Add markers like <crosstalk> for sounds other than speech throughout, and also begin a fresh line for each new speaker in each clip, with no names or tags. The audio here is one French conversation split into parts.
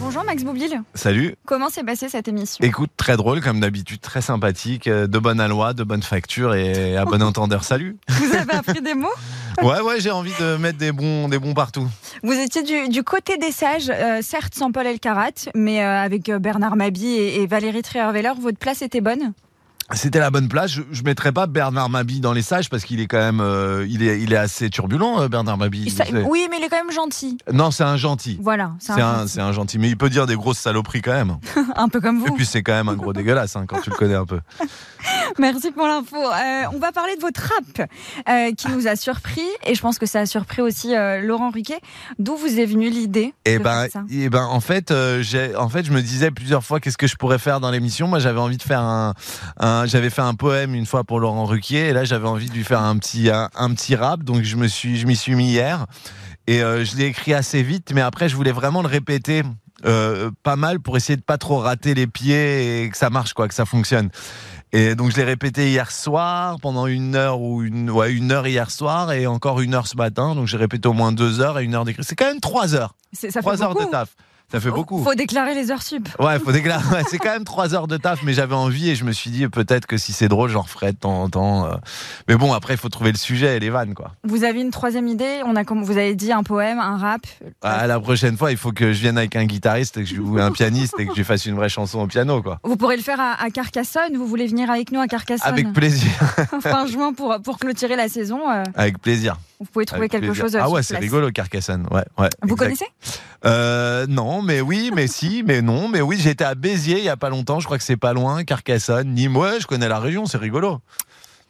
Bonjour Max Boublil.
Salut.
Comment s'est passée cette émission
Écoute, très drôle comme d'habitude, très sympathique, euh, de bonne aloi, de bonne facture et à <laughs> bon entendeur. Salut.
Vous avez appris des mots
Ouais, ouais, j'ai envie de mettre des bons, des bons partout.
Vous étiez du, du côté des sages, euh, certes sans Paul Elkarat, mais euh, avec euh, Bernard Mabi et, et Valérie Trierweiler, votre place était bonne
C'était la bonne place. Je, je mettrais pas Bernard Mabi dans les sages parce qu'il est quand même, euh, il est, il est assez turbulent, euh, Bernard Mabi.
Et ça-
C'est-
Oui, mais il est quand même gentil.
Non, c'est un gentil.
Voilà, c'est
C'est
un,
un, c'est un gentil, mais il peut dire des grosses saloperies quand même.
<laughs> un peu comme
Et
vous.
puis c'est quand même
<laughs>
un gros dégueulasse hein, quand tu le connais un peu.
Merci pour l'info. Euh, on va parler de votre rap euh, qui nous a surpris, et je pense que ça a surpris aussi euh, Laurent Ruquet. D'où vous est venue l'idée
Et
de
ben,
faire ça
et ben, en fait, euh, j'ai, en fait, je me disais plusieurs fois qu'est-ce que je pourrais faire dans l'émission. Moi, j'avais envie de faire un, un- j'avais fait un poème une fois pour Laurent Ruquier, et là, j'avais envie de lui faire un petit, un, un petit rap. Donc, je me suis, je m'y suis mis hier, et euh, je l'ai écrit assez vite. Mais après, je voulais vraiment le répéter. euh, pas mal pour essayer de pas trop rater les pieds et que ça marche quoi, que ça fonctionne. Et donc je l'ai répété hier soir pendant une heure ou une, ouais, une heure hier soir et encore une heure ce matin. Donc j'ai répété au moins deux heures et une heure d'écrit. C'est quand même trois heures.
C'est- Ça fait
Trois heures de
beaucoup.
taf. Ça fait beaucoup.
Faut déclarer les heures sup.
Ouais, faut déclarer. <laughs> Ouais, c'est quand même trois heures de taf, mais j'avais envie et je me suis dit peut-être que si c'est drôle, j'en referai de temps en temps. euh. Mais bon, après, il faut trouver le sujet et les vannes, quoi.
Vous avez une troisième idée On a, comme vous avez dit, un poème, un rap.
Ah, la prochaine fois, il faut que je vienne avec un guitariste et que je, ou un pianiste et que je lui fasse une vraie chanson au piano, quoi.
Vous pourrez le faire à, à Carcassonne. Vous voulez venir avec nous à Carcassonne <laughs>
Avec plaisir. <laughs>
fin juin pour, pour clôturer la saison. euh,
Avec plaisir.
vous pouvez trouver
Avec
quelque
plaisir.
chose. euh,
Ah
sur
ouais, c'est
place.
rigolo, Carcassonne. Ouais, ouais.
Vous
exact.
connaissez
Euh, non, mais oui, mais si, mais non, mais oui, j'étais à Béziers il y a pas longtemps, je crois que c'est pas loin, Carcassonne, Nîmes, ouais, je connais la région, c'est rigolo.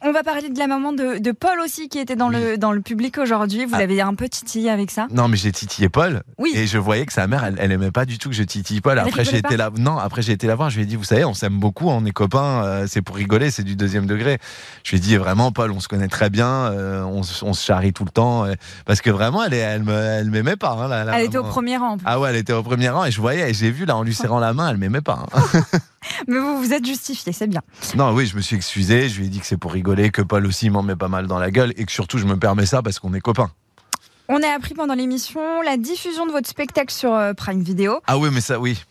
On va parler de la maman de, de Paul aussi qui était dans,
Oui.
le, dans le public aujourd'hui. Vous
Ah.
avez un peu titillé avec ça
Non, mais j'ai titillé Paul,
Oui.
<laughs> Et je voyais que sa mère, elle, elle aimait pas du tout que je titille
Elle
Paul. Après, j'ai
rigolait
été là. Non, après j'ai été la voir. Je lui ai dit, vous savez, on s'aime beaucoup, on est copains. euh, c'est pour rigoler, c'est du deuxième degré. Je lui ai dit vraiment, Paul, on se connaît très bien, euh, on, se- on se charrie tout le temps. euh, parce que vraiment, elle, est- elle, me- elle m'aimait pas. hein, la- la
Elle était au
maman.
premier Oh. rang. en plus.
Ah ouais, elle était au premier rang et je voyais, et j'ai vu là en lui serrant la main, elle m'aimait pas. hein. <laughs>
Mais vous vous êtes justifié, c'est bien.
non, oui, je me suis excusé. Je lui ai dit que c'est pour rigoler, que Paul aussi m'en met pas mal dans la gueule et que surtout je me permets ça parce qu'on est copains.
On a appris pendant l'émission la diffusion de votre spectacle sur euh, Prime Video.
Ah oui, mais ça, oui.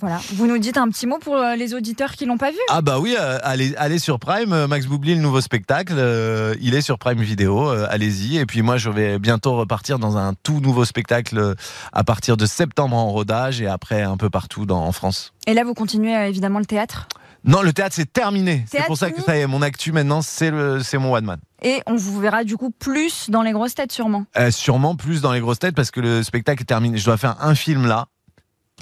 Voilà. Vous nous dites un petit mot pour euh, les auditeurs qui l'ont pas vu
Ah bah oui, euh, allez, allez sur Prime, euh, Max Boublil, le nouveau spectacle, euh, il est sur Prime Vidéo, euh, allez-y. Et puis moi, je vais bientôt repartir dans un tout nouveau spectacle euh, à partir de septembre en rodage et après un peu partout dans, en France.
Et là, vous continuez euh, évidemment le théâtre.
Non, le théâtre, c'est terminé. C'est
Théâtre
pour ça que
fini
ça y est, mon actu maintenant, c'est le- c'est mon one man.
Et on vous verra du coup plus dans les grosses têtes sûrement.
Euh, sûrement plus dans les grosses têtes parce que le spectacle est terminé. Je dois faire un film là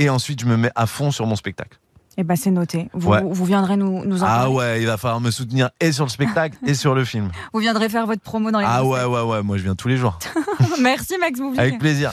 et ensuite je me mets à fond sur mon spectacle.
Eh ben c'est noté. Vous,
Ouais.
vous viendrez nous, nous en
Ah
parler.
ouais, il va falloir me soutenir et sur
<laughs>
le spectacle et sur le film.
Vous viendrez faire votre promo dans les
Ah
grosses
ouais, ouais, ouais, moi je viens tous les jours.
têtes. <laughs> Merci Max Boublil.
Avec plaisir.